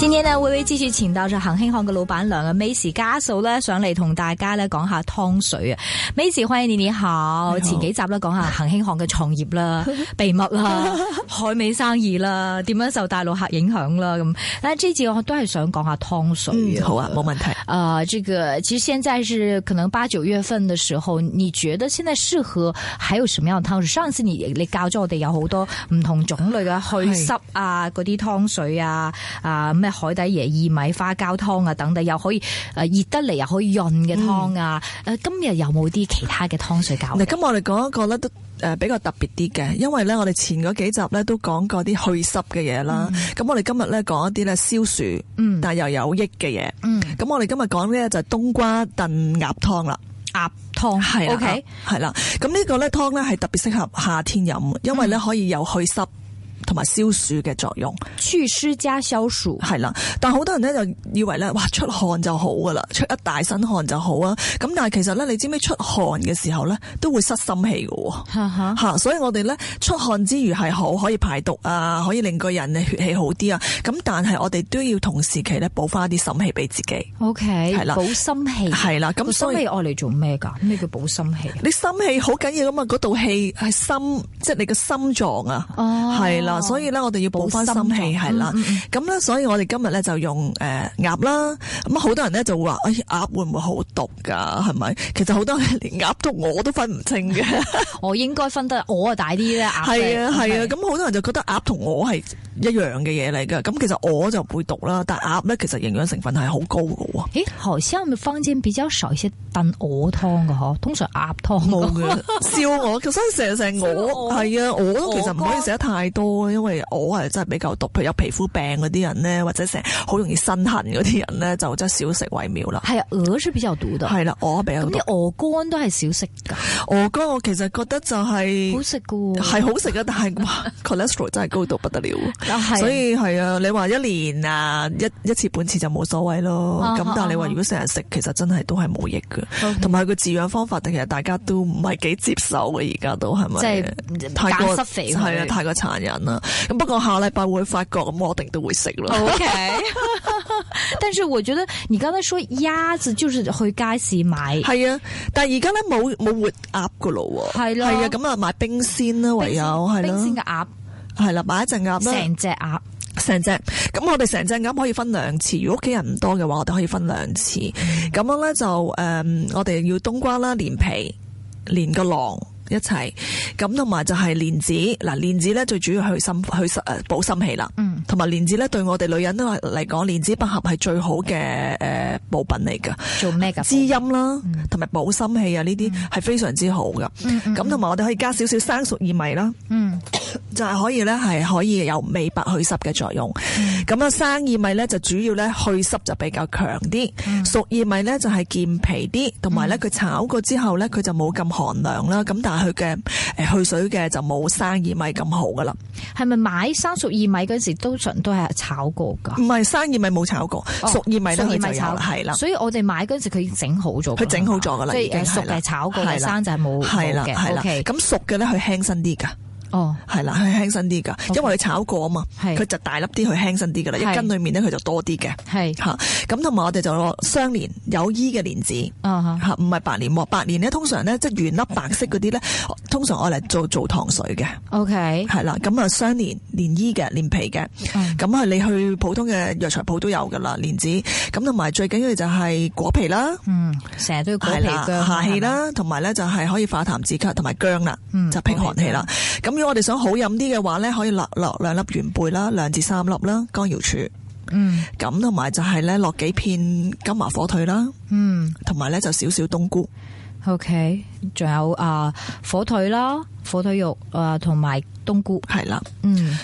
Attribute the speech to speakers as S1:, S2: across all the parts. S1: 今天呢，微微之前前到就恒興行嘅老闆娘啊，Mais 家嫂咧上嚟同大家咧講下湯水啊。Mais 歡迎你，你好。前幾集咧 講下恒興行嘅創業啦、秘密啦、海味生意啦，點樣受大陸客影響啦咁。但係呢次我都係想講下湯水
S2: 嗯，好啊，冇問題。
S1: 啊、呃，這個其實現在是可能八九月份的時候，你覺得現在適合還有什麼樣的湯水？上次你你教咗我哋有好多唔同種類嘅去濕啊，嗰啲湯水啊，啊咩海底椰薏米花膠湯啊等等，又可以誒熱得嚟又可以潤嘅湯啊。
S2: 嗯
S1: 誒、今日有冇啲其他嘅湯水教我
S2: 嗱，
S1: 哋？
S2: 今日我哋講一個咧都。誒、比較特別啲嘅，因為咧我哋前嗰幾集咧都講過啲去濕嘅嘢啦，咁、我哋今日咧講一啲咧消暑，
S1: 嗯
S2: 但又有益嘅嘢。
S1: 嗯，
S2: 咁我哋今日講咧就係冬瓜燉鴨湯啦，
S1: 鴨湯
S2: 係啦啊
S1: OK，
S2: 係啦。咁呢個咧湯咧係特別適合夏天
S1: 嗯
S2: 飲，因為咧可以有去濕同埋消暑嘅作用。
S1: 祛濕加消暑。
S2: 係啦，但好多人咧就以為咧，哇出汗就好噶啦，出一大身汗就好啊。咁但係其實咧，你知唔知出汗嘅時候咧，都會失心氣嘅喎。
S1: 哈哈
S2: 吓，所以我哋咧出汗之餘係好可以排毒啊，可以令個人嘅血氣好啲啊。咁但係我哋都要同時期咧補翻啲心氣俾自己。
S1: OK，
S2: 係啦
S1: 補心氣。
S2: 係啦，
S1: 嗯咁
S2: 咁
S1: 心
S2: 所
S1: 氣
S2: 以
S1: 愛嚟做咩㗎？咩叫補心氣？啊
S2: 你心氣好緊要噶嘛，嗰道氣係心，即係你嘅心臟啊。
S1: 哦
S2: 係啦，所以咧，我哋要補翻心
S1: 補心
S2: 氣
S1: 臟嗯
S2: 係啦。咁咧，所以我哋今日咧就用誒鴨啦。咁好多人咧就會話：，哎，鴨會唔會好毒㗎？係咪？其實好多人連鴨同我都分唔清嘅。
S1: 我應該分得我啊大啲咧，鴨
S2: 係啊係啊，
S1: 咁
S2: 咁好多人就覺得鴨同鵝係一樣嘅嘢嚟㗎。咁其實鵝就唔會毒啦，但係鴨咧其實營養成分係好高㗎喎。
S1: 誒，好像坊間比較少一些燉鵝湯嘅嗬，通常鴨湯
S2: 冇
S1: 㗎
S2: 嘅，笑我，所以成日成我
S1: 笑鵝
S2: 係啊，我都其實唔可以
S1: 鵝
S2: 食得太多，因為我係真係比較毒，譬如有皮膚病嗰啲人咧，或者成日好容易身痕嗰啲人咧，就真係少食為妙啦。
S1: 係啊，鵝是比較毒嘅。
S2: 係啦，我比較
S1: 嗯咁
S2: 毒
S1: 啲。鵝肝都係少食㗎，
S2: 我哥我其實覺得就
S1: 好
S2: 係
S1: 食㗎喎。
S2: 係好食啊嘅，但係哇 cholesterol 真係高到不得了。
S1: 啊係
S2: 所以係啊，你話一年啊一一次半次就冇所謂咯。
S1: 啊
S2: 咁
S1: 啊
S2: 但係你
S1: 啊
S2: 話如果成日食，其實真係都係冇益嘅。
S1: OK
S2: 同埋個飼養方法，其實大家都唔係幾接受嘅，而家都係咪？
S1: 即係
S2: 太過
S1: 假濕肥佢
S2: 係啊，太過殘忍啦。咁不過下禮拜會發覺，咁我一定都會食啦。
S1: OK，但是我覺得你剛才說鴨子就是去街市買，
S2: 係啊，但係而家咧冇冇活鴨噶咯喎。
S1: 係啦
S2: 係啊，咁啊買冰鮮啦，唯有係啊
S1: 冰鮮
S2: 啦，
S1: 嘅鴨，
S2: 係啦，買一隻鴨啦，
S1: 成隻鴨。
S2: 成隻，咁我哋成隻鴨可以分兩次。如果屋企人唔多嘅話，我哋可以分兩次。咁樣咧就誒、嗯我哋要冬瓜啦，連皮，連個囊一齊。咁同埋就係蓮子，嗱蓮子咧最主要係去心去誒補心氣啦。
S1: 嗯
S2: 同埋蓮子咧對我哋女人都係嚟講，蓮子百合係最好嘅誒補品嚟㗎。
S1: 做咩㗎？
S2: 滋陰啦，
S1: 嗯
S2: 同埋補心氣啊，呢啲係非常之好㗎。咁同埋我哋可以加少少生熟薏米啦。
S1: 嗯，
S2: 就係可以咧，係可以有美白去濕嘅作用。
S1: 嗯
S2: 咁啊，生薏米咧就主要咧去濕就比較強啲，
S1: 嗯
S2: 熟薏米咧就係健脾啲，同埋咧佢炒過之後咧佢就冇咁寒涼啦。咁但係佢嘅誒去水嘅就冇生薏米咁好噶啦。
S1: 係咪買生熟薏米嗰時都常都係炒過㗎？
S2: 唔係生薏米冇炒過，
S1: 哦
S2: 嗯熟薏米咧
S1: 熟薏
S2: 佢就有
S1: 炒
S2: 啦，係啦。
S1: 所以我哋買嗰陣時佢已經整好咗㗎啦，
S2: 佢整好咗㗎啦
S1: 即
S2: 已經
S1: 係
S2: 係啦
S1: 熟嘅炒過嘅
S2: 係啦
S1: 生就係冇
S2: 係啦，
S1: 冇
S2: 係
S1: 嘅。
S2: 啦
S1: OK，，
S2: 咁熟嘅咧，佢輕身啲㗎，
S1: 哦，
S2: 係啦，佢輕身啲㗎，
S1: OK
S2: 因為佢炒過啊嘛，
S1: 係
S2: 佢就大粒啲，佢輕身啲㗎啦，
S1: 係
S2: 一斤裡面咧佢就多啲嘅。
S1: 係，
S2: 吓，咁同埋我哋就攞相連有衣嘅蓮子。
S1: 啊哈
S2: 吓，唔係白蓮喎，白蓮咧通常咧即係圓粒白色嗰啲咧，通常我嚟做做糖水嘅，
S1: ，OK，
S2: 係啦，咁啊相連連衣嘅連皮嘅，
S1: 嗯
S2: 咁啊你去普通嘅藥材鋪都有噶啦蓮子，咁同埋最緊要就係果皮啦，
S1: 嗯，成日都要果
S2: 係
S1: 皮啊
S2: 啦，
S1: 薑，
S2: 下氣
S1: 係咪，
S2: 啦，同埋咧就係可以化痰止咳同埋薑啦，
S1: 嗯
S2: 就平寒氣啦。咁如果我哋想好飲啲嘅話咧，可以落落兩粒元貝啦，兩至三粒啦，乾瑤柱。
S1: 嗯
S2: 咁同埋就係咧落幾片金華火腿啦，
S1: 嗯
S2: 同埋咧就少少冬菇，
S1: ，OK，仲有啊火腿啦，火腿肉啊同埋冬菇，
S2: 係啦。
S1: 嗯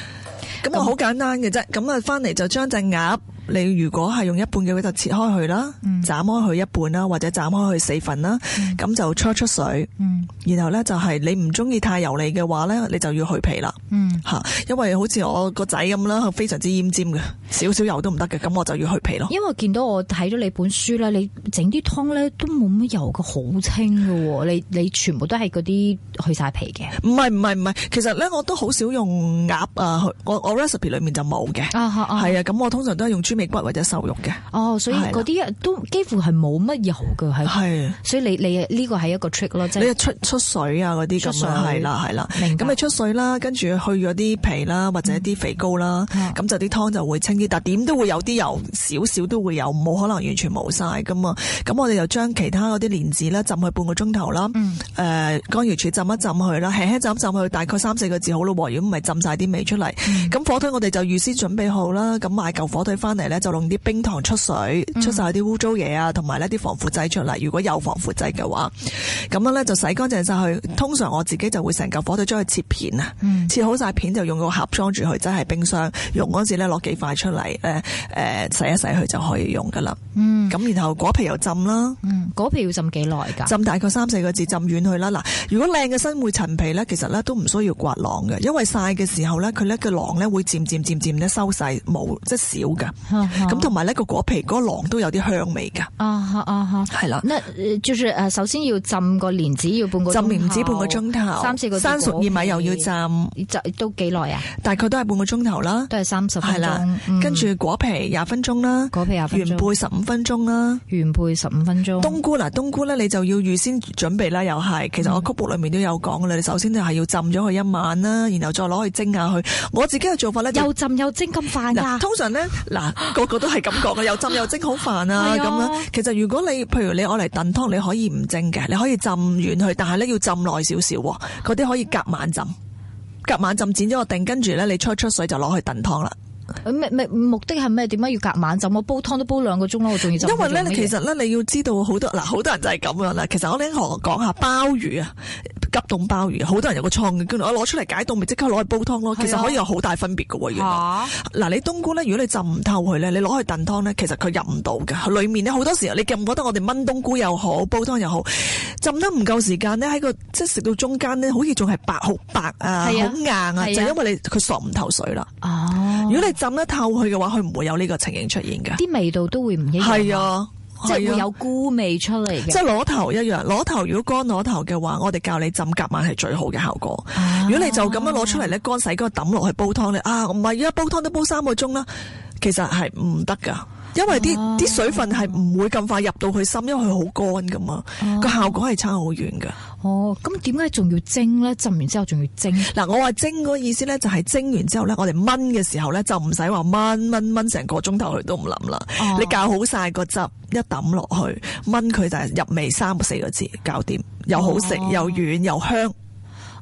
S2: 咁啊好簡單嘅啫。咁啊翻嚟就將隻鴨你如果係用一半嘅話，就切開佢啦，
S1: 嗯
S2: 斬開佢一半啦，或者斬開佢四份啦，咁、就搓一出水。
S1: 嗯
S2: 然後咧就係你唔中意太油膩嘅話咧，你就要去皮啦
S1: 嗯
S2: 吓，因為好似我個仔咁啦，佢非常之奄尖嘅，少少油都唔得嘅，咁我就要去皮咯。
S1: 因為見到我睇咗你本書咧，你整啲湯咧都冇乜油嘅，好清嘅喎。你你全部都係嗰啲去晒皮嘅。
S2: 唔係唔係唔係，其實咧我都好少用鴨啊，去我我 recipe 里面就冇嘅，係
S1: 啊啊啊！
S2: 啊，咁我通常都係用豬尾骨或者瘦肉嘅，
S1: 哦，所以
S2: 係啦
S1: 嗰啲都幾乎係冇乜油嘅，係。
S2: 係。
S1: 所以你你呢個係一個 trick 咯，即
S2: 你
S1: 係
S2: 係出出水啊嗰啲
S1: 出
S2: 咁
S1: 水
S2: 啊，係啦係啦，
S1: 明白
S2: 咁你出水啦，跟住去咗啲皮啦，或者啲肥膏啦，
S1: 嗯
S2: 咁、就啲湯就會清啲，但點都會有啲油，少少都會有，冇可能完全冇晒噶嘛。咁我哋就將其他嗰啲蓮子咧浸去半個鐘頭啦，誒、
S1: 嗯
S2: 乾瑤柱浸一浸佢啦，輕輕浸一浸佢，大概三四個字好咯喎。如果唔係浸晒啲味出嚟，咁、火腿我哋就預先準備好啦，咁買嚿火腿翻嚟咧就弄啲冰糖出水，出晒啲污糟嘢啊，同埋呢啲防腐劑出嚟，如果有防腐劑嘅話。咁樣咧就洗乾淨晒佢。通常我自己就會成嚿火腿將佢切片啊，切好晒片就用個盒裝住佢，即係冰箱用嗰陣時咧攞幾塊出嚟，誒、誒洗一洗佢就可以用噶啦。
S1: 嗯
S2: 咁然後果皮又浸啦，
S1: 嗯，嗰皮要浸幾耐㗎？
S2: 浸大概三四個字，浸軟佢啦。嗱，如果靚嘅新會陳皮咧，其實咧都唔需要刮囊嘅，因為晒嘅時候咧，佢咧個囊咧會漸漸漸漸咧收細，冇即係少㗎。
S1: 哦
S2: 咁
S1: 咁
S2: 同埋咧個果皮嗰、個囊都有啲香味㗎，
S1: 啊哈啊哈。
S2: 係啦。
S1: 那呃就是呃首先要浸個蓮子要半個鐘
S2: 浸
S1: 頭
S2: 唔止半個鐘頭，
S1: 三四個字
S2: 生熟薏米又要浸。
S1: 就都幾耐啊？
S2: 大概都係半個鐘頭啦，
S1: 都係三十分
S2: 係啦
S1: 鐘，嗯，
S2: 跟住果皮廿分鐘啦，
S1: 果皮廿分
S2: 原
S1: 鐘，
S2: 貝十五分鐘啦。
S1: 原配十五分鐘，
S2: 冬菇嗱，冬菇咧你就要預先準備啦，又係，其實
S1: 嗯
S2: 我曲目裏面都有講噶啦。你首先就係要浸咗佢一晚啦，然後再攞去蒸下佢。我自己嘅做法咧就
S1: 又浸又蒸咁快啊
S2: 嗱，
S1: 㗎。
S2: 通常咧， 嗱個個都係咁講嘅，又浸又蒸好煩啊
S1: 係
S2: 咁
S1: 啊
S2: 樣。其實如果你譬如你攞嚟燉湯，你可以唔蒸嘅，你可以浸軟佢，但係咧要浸耐少少喎。嗰啲可以夾晚浸，夾晚浸剪咗個定，跟住咧你出一出水就攞去燉湯啦。
S1: 咩咩目的係咩？點解要隔晚浸？我煲湯都煲兩個鐘啦，我仲要浸。
S2: 因為
S1: 做
S2: 咧，
S1: 乜
S2: 你
S1: 嘢
S2: 其實咧，你要知道好多嗱，好多人就係咁樣啦。其實我咧學講下鮑魚啊，急凍鮑魚，好多人有個創嘅，跟住我攞出嚟解凍，咪即刻攞去煲湯咯。
S1: 係啊
S2: 其實可以有好大分別嘅喎，原來。
S1: 嚇
S2: 嗱，你冬菇咧，如果你浸唔透佢咧，你攞去燉湯咧，其實佢入唔到嘅。佢裡面咧好多時候，你覺唔覺得我哋炆冬菇又好，煲湯又好，浸得唔夠時間咧，喺個即係食到中間咧，好似仲係白好白啊，好
S1: 係啊
S2: 硬啊，
S1: 係
S2: 就
S1: 啊
S2: 因為你佢索唔透水啦。
S1: 哦，
S2: 如果你浸得透佢嘅話，佢唔會有呢個情形出現嘅。
S1: 啲味道都會唔一樣，
S2: 係，啊，
S1: 即係
S2: 係啊
S1: 會有菇味出嚟嘅。
S2: 即係攞頭一樣，攞頭如果乾攞頭嘅話，我哋教你浸夾晚係最好嘅效果。
S1: 啊
S2: 如果你就咁樣攞出嚟咧，乾洗嗰個抌落去煲湯咧，啊唔係啊，煲湯都煲三個鐘啦，其實係唔得噶。因為啲啲、水分係唔會咁快入到去心，因為佢好乾噶嘛，個、效果係差好遠噶。
S1: 哦，咁點解仲要蒸咧？浸完之後仲要蒸？
S2: 嗱，我話蒸嗰個意思咧，就係蒸完之後咧，我哋炆嘅時候咧，就唔使話炆炆炆成個鐘頭佢都唔冧啦。
S1: 哦
S2: 你教好晒個汁，一抌落去炆佢就係入味三個四個字，搞掂，又好食、
S1: 哦
S2: 又軟又香。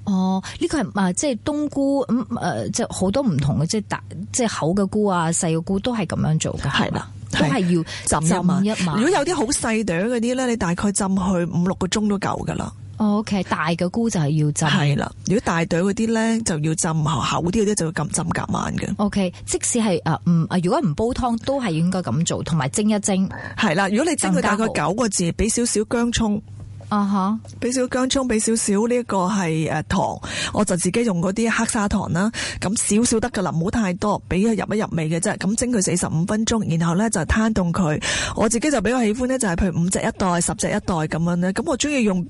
S1: 哦，呢個係啊，即係冬菇咁誒、呃即係好多唔同嘅，即係大即係厚嘅菇啊，細嘅菇都係咁樣做㗎，
S2: 係啦
S1: 係嘛都係
S2: 係
S1: 要
S2: 浸一晚，
S1: 浸一
S2: 如果有啲好細朵嗰啲咧，你大概浸去五六個鐘都夠噶啦。
S1: 哦，OK，大嘅菇就係要浸。
S2: 係啦，如果大朵嗰啲咧就要浸厚厚啲嗰啲就要咁浸夾晚嘅。
S1: OK，即使係啊唔啊，如果唔煲湯都係應該咁做，同埋蒸一蒸
S2: 係啦，如果你蒸佢大概
S1: 更加
S2: 九個字，俾少少薑葱。
S1: 啊哈。
S2: 俾少姜葱，俾少少呢一個係誒糖，我就自己用嗰啲黑砂糖啦，咁少少得噶啦，唔好太多，俾佢入一入味嘅啫。咁蒸佢四十五分鐘，然後咧就攤凍佢。我自己就比較喜歡咧，就係譬如五隻一袋、十隻一袋咁樣咧。咁我中意用。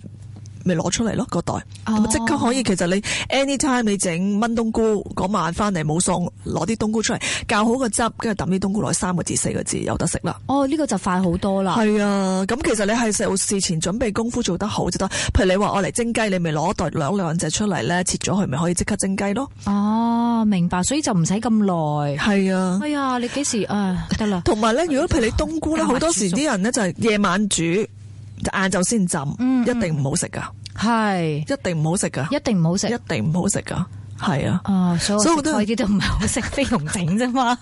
S2: 咪攞出嚟咯，個袋咁即刻可以。其實你 anytime 你整炆冬菇嗰晚翻嚟冇餸，攞啲冬菇出嚟，教好個汁，跟住抌啲冬菇落去三個字四個字，有得食啦。
S1: 哦，呢、個就快好多啦。
S2: 係啊，咁其實你係事事前準備功夫做得好就得。譬如你話我嚟蒸雞，你咪攞袋兩兩隻出嚟咧，切咗佢咪可以即刻蒸雞咯。
S1: 哦，明白，所以就唔使咁耐。
S2: 係啊。
S1: 哎呀，你幾時啊？得 啦，
S2: 同埋咧，如果譬如你冬菇咧，
S1: 加埋
S2: 好多時啲人咧就係夜晚煮，晏晝先浸，
S1: 嗯
S2: 一定唔好食噶，
S1: 係
S2: 一定唔好食噶，
S1: 一定唔好食。
S2: 一定唔好食噶，係啊。
S1: 啊，所以
S2: 所以
S1: 我食
S2: 我 都
S1: 開啲都唔係好食飛熊整啫嘛。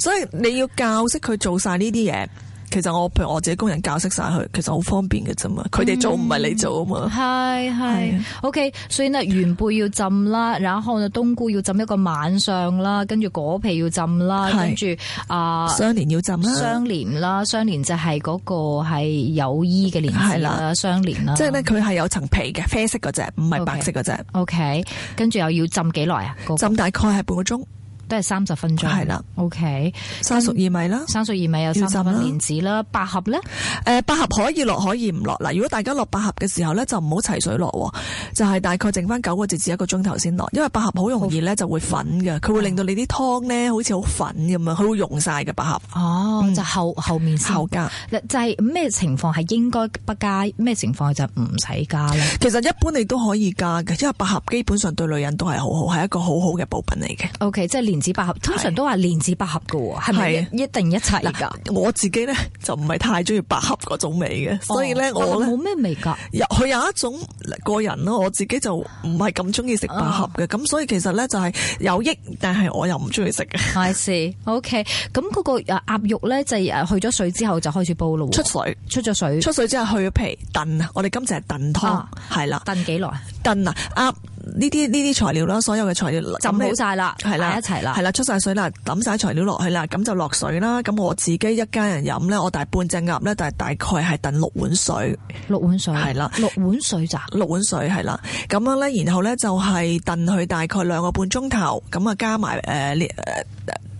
S2: 所以你要教識佢做晒呢啲嘢，其實我譬如我自己工人教識晒佢，其實好方便嘅啫嘛。佢哋做唔係你做啊嘛。
S1: 系
S2: 係啊
S1: 系，OK，所以呢，元貝要浸啦，然後呢，冬菇要浸一個晚上啦，跟住果皮要浸啦，
S2: 係
S1: 跟住啊。
S2: 相連要浸啦，
S1: 相連啦，相連就係嗰個係有衣嘅連
S2: 係
S1: 字
S2: 啦
S1: 啦，相連啦。
S2: 即係咧佢係有層皮嘅，啡色嗰只，唔係白色嗰只。
S1: OK，跟住又要浸幾耐啊？個
S2: 浸大概係半個鐘，
S1: 都係三十分鐘。
S2: 係啦。
S1: OK，
S2: 生熟薏米啦。
S1: 生水薏米有
S2: 要
S1: 三
S2: 浸
S1: 十
S2: 啦
S1: 分蓮子啦，百合咧
S2: 誒百合可以落，可以唔落。嗱，如果大家落百合嘅時候咧，就唔好齊水落喎，就係、大概剩翻九個字至一個鐘頭先落，因為百合好容易咧就會粉嘅，佢會令到你啲湯咧好似好粉咁樣，佢會溶晒嘅百合
S1: 哦，就後後面先。
S2: 後加。
S1: 就係咩情況係應該不加，咩情況就唔使加咧？
S2: 其實一般你都可以加嘅，因為百合基本上對女人都係好好，係一個好好嘅補品嚟嘅。
S1: O、k 即係蓮子百合，通常都話蓮子百合嘅喎，係咪
S2: 係
S1: 一一定一齊㗎？
S2: 我自己咧就唔係太中意百合嗰種味嘅，所以咧
S1: 哦百合
S2: 我咧。
S1: 冇咩味 㗎。
S2: 有佢有一種個人咯，我自己就唔係咁中意食
S1: 啊
S2: 百合嘅，咁、所以其實咧就係有益，但係我又唔中意食嘅。
S1: I see，O K，咁嗰個誒呃鴨肉咧就係誒去咗水之後就開始煲咯喎，
S2: 出水，
S1: 出咗水，
S2: 出水之後去咗皮燉啊！我哋今次係燉湯
S1: 啊，
S2: 係啦、
S1: 燉幾耐？
S2: 燉啊鴨呢啲呢啲材料啦，所有嘅材料
S1: 浸
S2: 咁
S1: 好
S2: 你
S1: 晒啦，
S2: 係啦，
S1: 擺一齊啦
S2: 係。啦，出晒水啦，抌晒材料落去啦，咁就落水啦。咁我自己一家人飲咧，我大半隻鴨咧，但係大概係燉六碗水，
S1: 六碗水
S2: 係啦
S1: 六碗水咋？
S2: 六碗水係啦。咁樣咧，然後咧就係燉佢大概兩個半鐘頭，咁啊加埋誒呢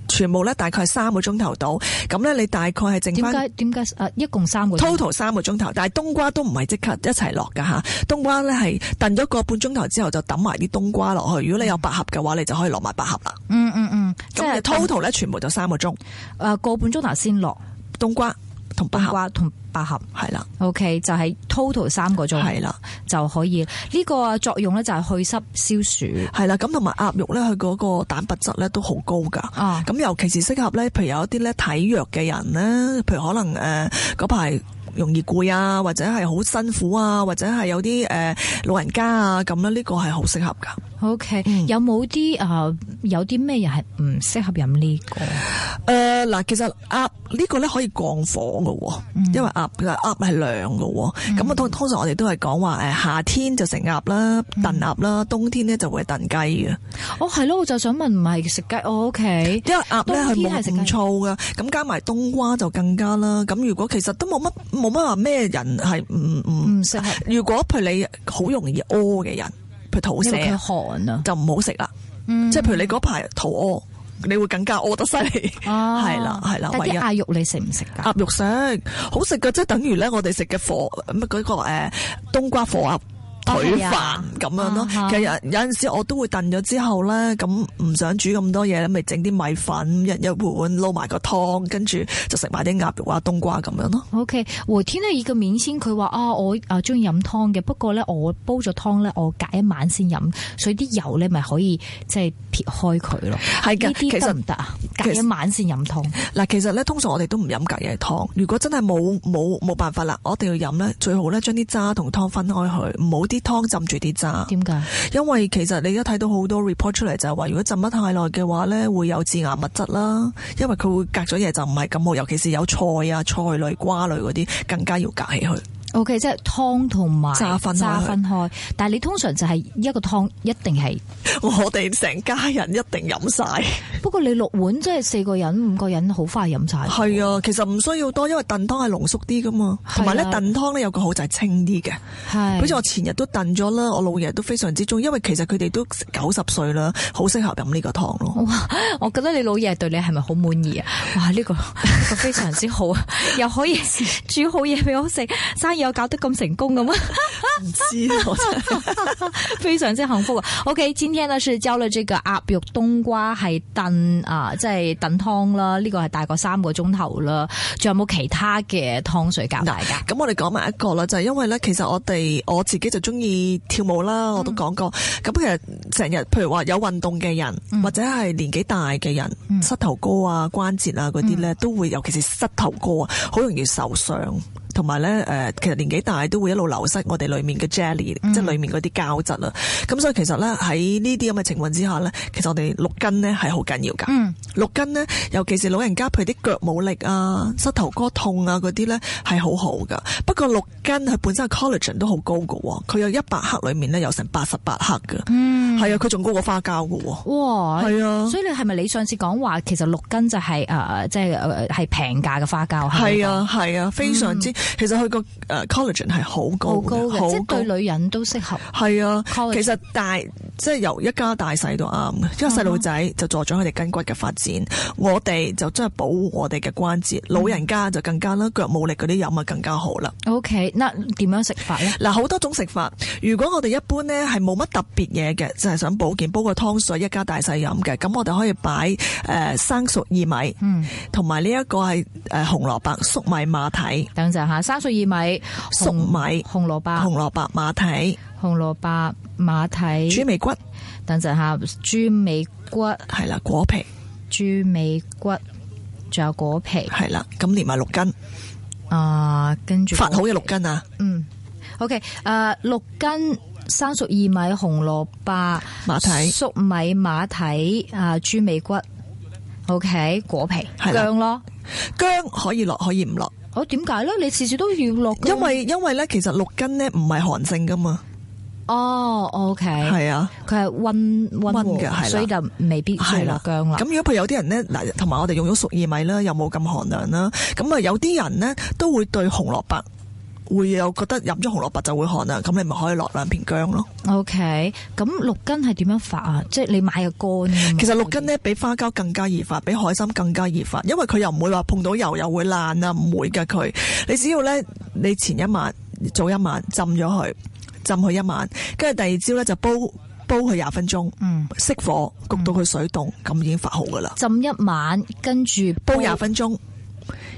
S2: 誒全部咧大概三個鐘頭到。咁咧你大概係剩
S1: 點
S2: 翻
S1: 解點解誒一共三個人
S2: total 三個鐘頭，但係冬瓜都唔係即刻一齊落㗎吓，冬瓜咧係燉咗個半鐘頭之後就抌埋啲冬瓜落去。如果你有百合嘅話，你就可以落埋百合啦。
S1: 嗯嗯嗯，即
S2: 即
S1: 係
S2: 係 total 咧全部就三個鐘，
S1: 誒個半鐘頭先落
S2: 冬瓜同百
S1: 冬
S2: 合
S1: 瓜同百合。
S2: 係啦，
S1: O、k 就係 total 三個鐘
S2: 係啦，
S1: 就可以。呢、個作用咧就係去濕消暑。
S2: 係啦。咁同埋鴨肉咧，佢嗰個蛋白質咧都好高㗎。
S1: 啊，
S2: 咁尤其是適合咧，譬如有一啲咧體弱嘅人咧，譬如可能誒嗰排容易攰啊，或者係好辛苦啊，或者係有啲誒、呃老人家啊咁啦，呢、個係好適合噶。
S1: O K，
S2: 嗯
S1: 有冇啲啊？有啲咩人係唔適合飲呢、個？
S2: 誒呃嗱，其實鴨呢個咧可以降火嘅喎，
S1: 嗯
S2: 因為鴨嘅鴨係涼嘅喎。咁啊通通常我哋都係講話誒夏天就食鴨啦、
S1: 嗯
S2: 燉鴨啦，冬天咧就會燉雞嘅。
S1: 哦，係咯，我就想問，唔係食雞？哦，O K，
S2: 因為鴨咧
S1: 冬天
S2: 係
S1: 係食
S2: 冇唔
S1: 雞
S2: 燥噶，咁加埋冬瓜就更加啦。咁如果其實都冇乜冇乜話咩人係唔唔
S1: 唔適合，
S2: 如果譬如你好容易屙嘅人，譬如肚
S1: 因為佢
S2: 瀉，
S1: 寒啊。
S2: 就唔好食啦。
S1: 嗯
S2: 即係譬如你嗰排肚屙，你會更加屙得犀利。
S1: 哦
S2: 係啦係啦
S1: 但
S2: 唯一
S1: 啲啊鴨肉你食唔食㗎？
S2: 鴨肉食好食嘅，即係等於咧我哋食嘅火乜嗰個誒冬瓜火鴨。腿
S1: 係
S2: 飯
S1: 啊
S2: 咁樣咯，
S1: 啊哈
S2: 其實有有陣時我都會燉咗之後咧，咁唔想煮咁多嘢咧，咪整啲米粉一一碗撈埋個湯，跟住就食埋啲鴨肉啊、冬瓜咁樣咯。
S1: O K，和天呢，以個面先，佢話啊，我啊中意飲湯嘅，不過咧我煲咗湯咧，我隔一晚先飲，所以啲油咧咪可以即係撇開佢咯。
S2: 係
S1: 呢
S2: 嘅，其
S1: 啲得
S2: 實
S1: 唔得啊？
S2: 其
S1: 隔
S2: 實
S1: 一晚先飲湯。
S2: 嗱，其實咧，通常我哋都唔飲隔夜湯。如果真係冇冇冇辦法啦，我一定要飲咧，最好咧將啲渣同湯分開佢，唔好啲湯浸住啲渣。
S1: 點解？
S2: 因為其實你而家睇到好多 report 出嚟就係話，如果浸得太耐嘅話咧，會有致癌物質啦。因為佢會隔咗嘢就唔係咁好，尤其是有菜啊、菜類、瓜類嗰啲，更加要隔起佢。
S1: O、k 即係湯同埋
S2: 炸分開
S1: 炸分開，但係你通常就係一個湯一定係，
S2: 我哋成家人一定飲晒。
S1: 不過你六碗即係四個人五個人好快飲 晒。
S2: 係啊，其實唔需要多，因為燉湯係濃縮啲噶嘛，同埋咧
S1: 係啊
S2: 燉湯咧有個好就係清啲嘅。
S1: 係，
S2: 好似我前日都燉咗啦，我老爺都非常之中意，因為其實佢哋都九十歲啦，好適合飲呢個湯咯。
S1: 哇！我覺得你老爺對你係咪好滿意啊？ 哇！呢、個呢個非常之 好啊，又可以煮好嘢俾我食，生意又搞得咁成功咁啊！
S2: 唔知啊我真係
S1: 非常之幸福啊！OK，今天呢是教了這個鴨肉冬瓜係燉啊，即係燉湯啦，呢、個係大概三個鐘頭啦。仲有冇其他嘅湯水教大家？
S2: 啊咁我哋講埋一個啦，就係、因為咧，其實我哋我自己就中意跳舞啦，我都講過。咁、其實成日，譬如話有運動嘅人，或者係年紀大嘅人，
S1: 嗯
S2: 膝頭哥啊、關節啊嗰啲咧，都會尤其是膝頭哥啊，好容易受傷。同埋咧誒，其實年紀大都會一路流失我哋裡面嘅 jelly，、即係裡面嗰啲膠質啦。咁所以其實咧喺呢啲咁嘅情況之下咧，其實我哋六根咧係好緊要㗎。
S1: 嗯
S2: 六根咧，尤其是老人家，譬如啲腳冇力啊、膝頭哥痛啊嗰啲咧，係好好噶。不過六根佢本身嘅 collagen 都好高噶喎，佢有一百克裡面咧有成八十八克噶，
S1: 嗯，
S2: 係啊，佢仲高過花膠噶喎。
S1: 哇，
S2: 係啊
S1: 所以你係咪你上次講話其實六根就係誒即係誒係平價嘅花膠？係咪嗯
S2: 係啊，係啊，非常之，其實佢個誒呃 collagen 係好高
S1: 好
S2: 㗎
S1: 高嘅，即
S2: 好
S1: 係
S2: 高。
S1: 對女人都適合。
S2: 係啊
S1: Collagen，
S2: 其實大即係由一家大細都啱嘅，因為細路仔就助長佢哋筋骨嘅發展，我哋就真係保護我哋嘅關節，老人家就更加啦，腳冇力嗰啲飲啊更加好啦。
S1: O K，嗱點樣食法 咧？
S2: 嗱，好多種食法。如果我哋一般呢係冇乜特別嘢嘅，就係、想保健，煲個湯水，一家大細飲嘅。咁我哋可以擺誒、呃生熟薏米，
S1: 嗯
S2: 同埋呢一個係誒紅蘿蔔、粟米馬蹄、
S1: 等陣嚇，生熟薏米、
S2: 粟米
S1: 紅紅蘿蔔
S2: 紅、蘿蔔馬蹄、
S1: 紅蘿蔔、馬蹄
S2: 豬。尾骨，
S1: 等陣嚇，豬尾骨、
S2: 係啦，果皮
S1: 豬尾骨，仲有果皮
S2: 係啦，咁連埋六根，
S1: 啊，跟住
S2: 發好嘅六根啊，
S1: 嗯，OK，誒、六呃根生熟薏米、紅蘿蔔、
S2: 馬蹄
S1: 粟米、馬蹄啊、豬尾骨，OK，果皮
S2: 係啦
S1: 薑咯。
S2: 薑可以落，可以唔落，
S1: 我點解咧？你次次都要落薑，
S2: 因為因為咧其實六根咧唔係寒性噶嘛，
S1: 哦，OK，
S2: 係啊。
S1: 佢係温温
S2: 溫嘅係
S1: 和，
S2: 啦
S1: 所以就未必要
S2: 係
S1: 落
S2: 啦，
S1: 薑啦
S2: 咁。如果佢有啲人咧，嗱，同埋我哋用咗熟薏米啦，又冇咁寒涼啦。咁啊，有啲人咧都會對紅蘿蔔會有覺得飲咗紅蘿蔔就會寒涼，咁你咪可以落兩片薑咯。
S1: OK，咁六根係點樣發啊？即係你買嘅乾。
S2: 其實六根咧比花膠更加易發，比海參更加易發，因為佢又唔會話碰到油又會爛啊，唔會嘅佢。你只要咧，你前一晚早一晚浸咗佢，浸佢一晚，跟住第二朝咧就煲煲佢廿分鐘，
S1: 嗯，
S2: 熄火焗到佢水凍，咁已經發好噶啦。
S1: 浸一晚，跟住
S2: 煲廿分鐘，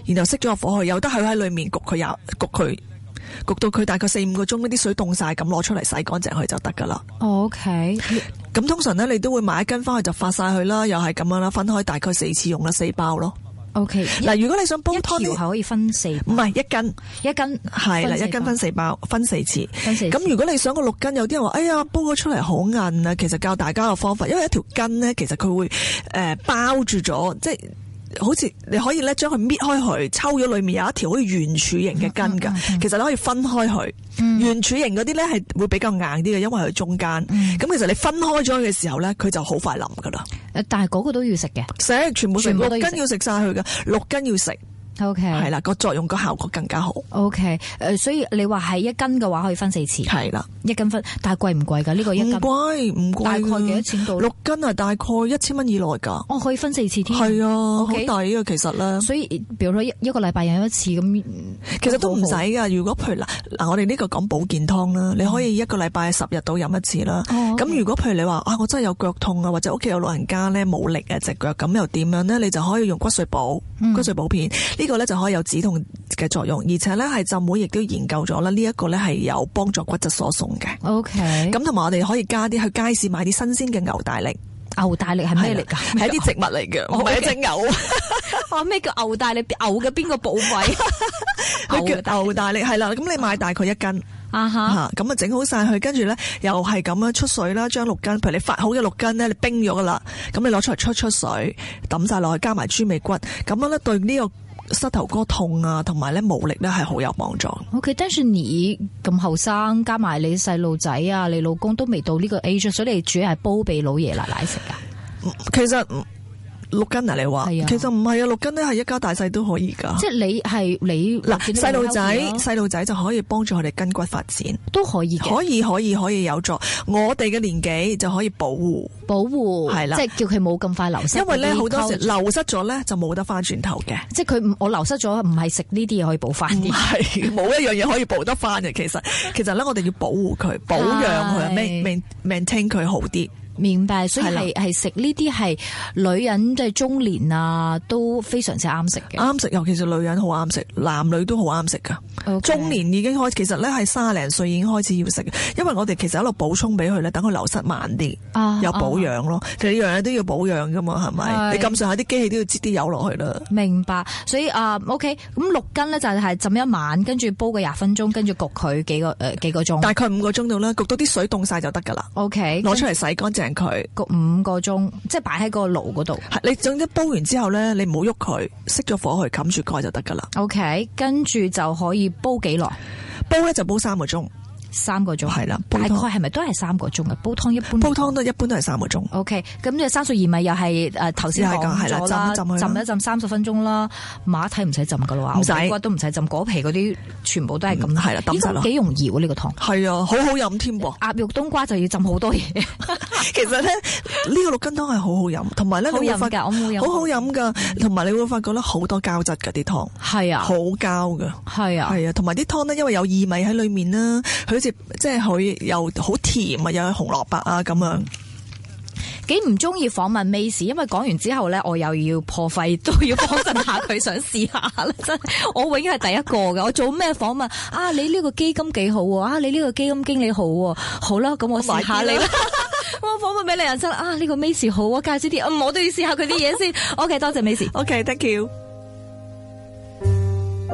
S2: 然後熄咗個火去，由得佢喺裏面焗佢廿焗佢，焗到佢大概四五個鐘，呢啲水凍晒，咁攞出嚟洗乾淨佢就得噶啦。
S1: O K，
S2: 咁通常咧，你都會買一斤翻去就發晒佢啦，又係咁樣啦，分開大概四次用啦，四包咯。
S1: O K，一
S2: 嗱，如果你想煲
S1: 一條
S2: 湯
S1: 係
S2: 呢，
S1: 可以分四
S2: 唔係一斤，
S1: 一斤，
S2: 係
S1: 分
S2: 啦，
S1: 四
S2: 一斤
S1: 包
S2: 分四包，分四次。
S1: 分四
S2: 咁如果你想個六根，有啲人話：哎呀，煲咗出嚟好硬啊！其實教大家個方法，因為一條筋咧，其實佢會誒、呃包住咗，即係。好似你可以咧將佢搣開佢，抽咗裏面有一條好似圓柱形嘅筋㗎，其實你可以分開佢。圓柱形嗰啲咧係會比較硬啲嘅，因為佢中間。咁、其實你分開咗佢嘅時候咧，佢就好快腍㗎啦。
S1: 誒但係嗰個都要食嘅。
S2: 食全部食
S1: 全部
S2: 六
S1: 都要
S2: 根要食晒佢㗎，六根要食
S1: O
S2: 係
S1: K，
S2: 啦，個作用個效果更加好。
S1: O K，誒，呃所以你話係一斤嘅話可以分四次，
S2: 係啦，
S1: 一斤分，但係貴唔貴㗎？呢個一
S2: 唔
S1: 斤
S2: 貴唔貴㗎，
S1: 大概幾多錢到咧？
S2: 六斤啊，大概一千蚊以內㗎。
S1: 我可以分四次添。
S2: 係啊，好
S1: OK
S2: 抵啊！其實咧，
S1: 所以，比如說一一個禮拜飲一次咁，
S2: 其實都唔
S1: 好
S2: 使
S1: 好
S2: 噶。如果譬如嗱嗱，我哋呢個講保健湯啦，你可以一個禮拜十日到飲一次啦。
S1: 哦
S2: 咁如果譬如你話啊，我真係有腳痛啊，或者屋企有老人家咧冇力啊隻腳，咁又點樣咧？你就可以用骨髓補
S1: 嗯
S2: 骨髓補片，呢個咧就可以有止痛嘅作用，而且咧係浸會亦都研究咗啦，呢一個咧係有幫助骨質疏鬆嘅。
S1: O K，
S2: 咁同埋我哋可以加啲去街市買啲新鮮嘅牛大力，
S1: 牛大力係咩嚟㗎？
S2: 係一啲植物 嚟嘅，唔係一隻牛。
S1: 哦，咩叫牛大力？牛嘅邊個部位？
S2: 佢
S1: 牛
S2: 叫牛大力係啦，咁你買大概一斤。
S1: 啊哈，
S2: 吓咁啊整好晒佢，跟住咧又係咁樣出水啦，將六根，譬如你發好嘅六根咧，你冰咗噶啦，咁你攞出嚟出出水，抌晒落去，加埋豬尾骨，咁樣咧對呢個膝頭哥痛啊，同埋咧無力咧係好有幫助。
S1: O K，但是你咁後生，加埋你細路仔啊，你老公都未到呢個 age，所以你主要係煲俾老爺奶奶食噶。
S2: 其實嗯六根啊，你話，
S1: 係啊
S2: 其實唔係啊，六根咧係一家大細都可以噶。
S1: 即係你係你
S2: 嗱，
S1: 見到
S2: 細
S1: 你
S2: 路仔
S1: healthy 咯
S2: 細路仔就可以幫助佢哋筋骨發展，
S1: 都可以嘅，
S2: 可以可以可以有助。我哋嘅年紀就可以保護，
S1: 保護
S2: 係啦
S1: 即係叫佢冇咁快流失。
S2: 因為咧好多時
S1: 時，
S2: 流失咗咧就冇得翻轉頭嘅。
S1: 即係佢唔我流失咗，唔係食呢啲嘢可以補翻
S2: 唔
S1: 啲。
S2: 係 冇一樣嘢可以補得翻嘅。其實其實咧，我哋要保護佢、保養佢
S1: 係
S2: ，main- main- maintain 佢好啲。
S1: 明白，所以
S2: 係啦
S1: 係係食呢啲係女人即係中年啊，都非常之啱食嘅。
S2: 啱食，尤其是女人好啱食，男女都好啱食噶。
S1: OK
S2: 中年已經開，其實咧係卅零歲已經開始要食，因為我哋其實喺度補充俾佢咧，等佢流失慢啲，
S1: 啊
S2: 有保養咯。其實樣嘢都要保養噶嘛，係咪？
S1: 係
S2: 你咁上下啲機器都要擠啲油落去啦。
S1: 明白，所以啊、o k 咁六斤咧就係浸一晚，跟住煲個廿分鐘，跟住焗佢幾個誒、呃、幾個鐘。
S2: 大概五個鐘度啦，焗到啲水凍晒就得噶啦，
S1: O K，
S2: 攞出嚟洗乾淨佢。
S1: 焗五個鐘，即係擺喺個爐嗰度。
S2: 係你總之煲完之後咧，你唔好喐佢，熄咗火去冚住蓋就得噶啦。
S1: O K，跟住就可以煲幾耐？
S2: 煲咧就煲三個鐘，
S1: 三個鐘。
S2: 係啦，煲
S1: 大概
S2: 湯
S1: 係咪都係三個鐘嘅？煲湯一般。
S2: 煲湯都一般都係三個鐘。
S1: O K，咁即係生素薏米又係誒頭先
S2: 又係
S1: 講
S2: 咁
S1: 咗
S2: 係啦
S1: 啦，
S2: 浸一浸佢啦
S1: 浸一浸三十分鐘啦，馬蹄唔使浸噶啦話，
S2: 唔使
S1: 牛骨都唔使浸，果皮嗰啲全部都係咁，
S2: 嗯係啦抌晒
S1: 咦
S2: 落
S1: 咁幾容易喎呢個湯。
S2: 係啊，好好飲添噃。
S1: 鴨肉冬瓜就要浸好多 嘢，
S2: 其實咧，呢個六斤湯係好好飲，同埋咧
S1: 好
S2: 你會
S1: 飲
S2: 發
S1: 㗎，我冇飲。
S2: 好好飲噶，同埋你會發覺咧好多膠質㗎啲湯，
S1: 係啊
S2: 好，膠噶。
S1: 係啊，
S2: 係啊，同埋啲湯咧，因為有薏米喺裏面啦，佢好似即係佢又好甜啊，又有紅蘿蔔啊咁樣。
S1: 幾唔中意訪問 Mace，因為講完之後咧，我又要破費，都要幫襯下佢，想試下啦。 真係，我永遠係第一個嘅。我做咩訪問啊？你呢個基金幾好喎？啊，你呢個基金經理好喎？好啦，咁我試下你啦。 我訪問俾你人生啊，呢、個 Mace 好啊，介紹啲，嗯，我都要試下佢啲嘢先。OK，多謝 Mace。
S2: OK，thank you。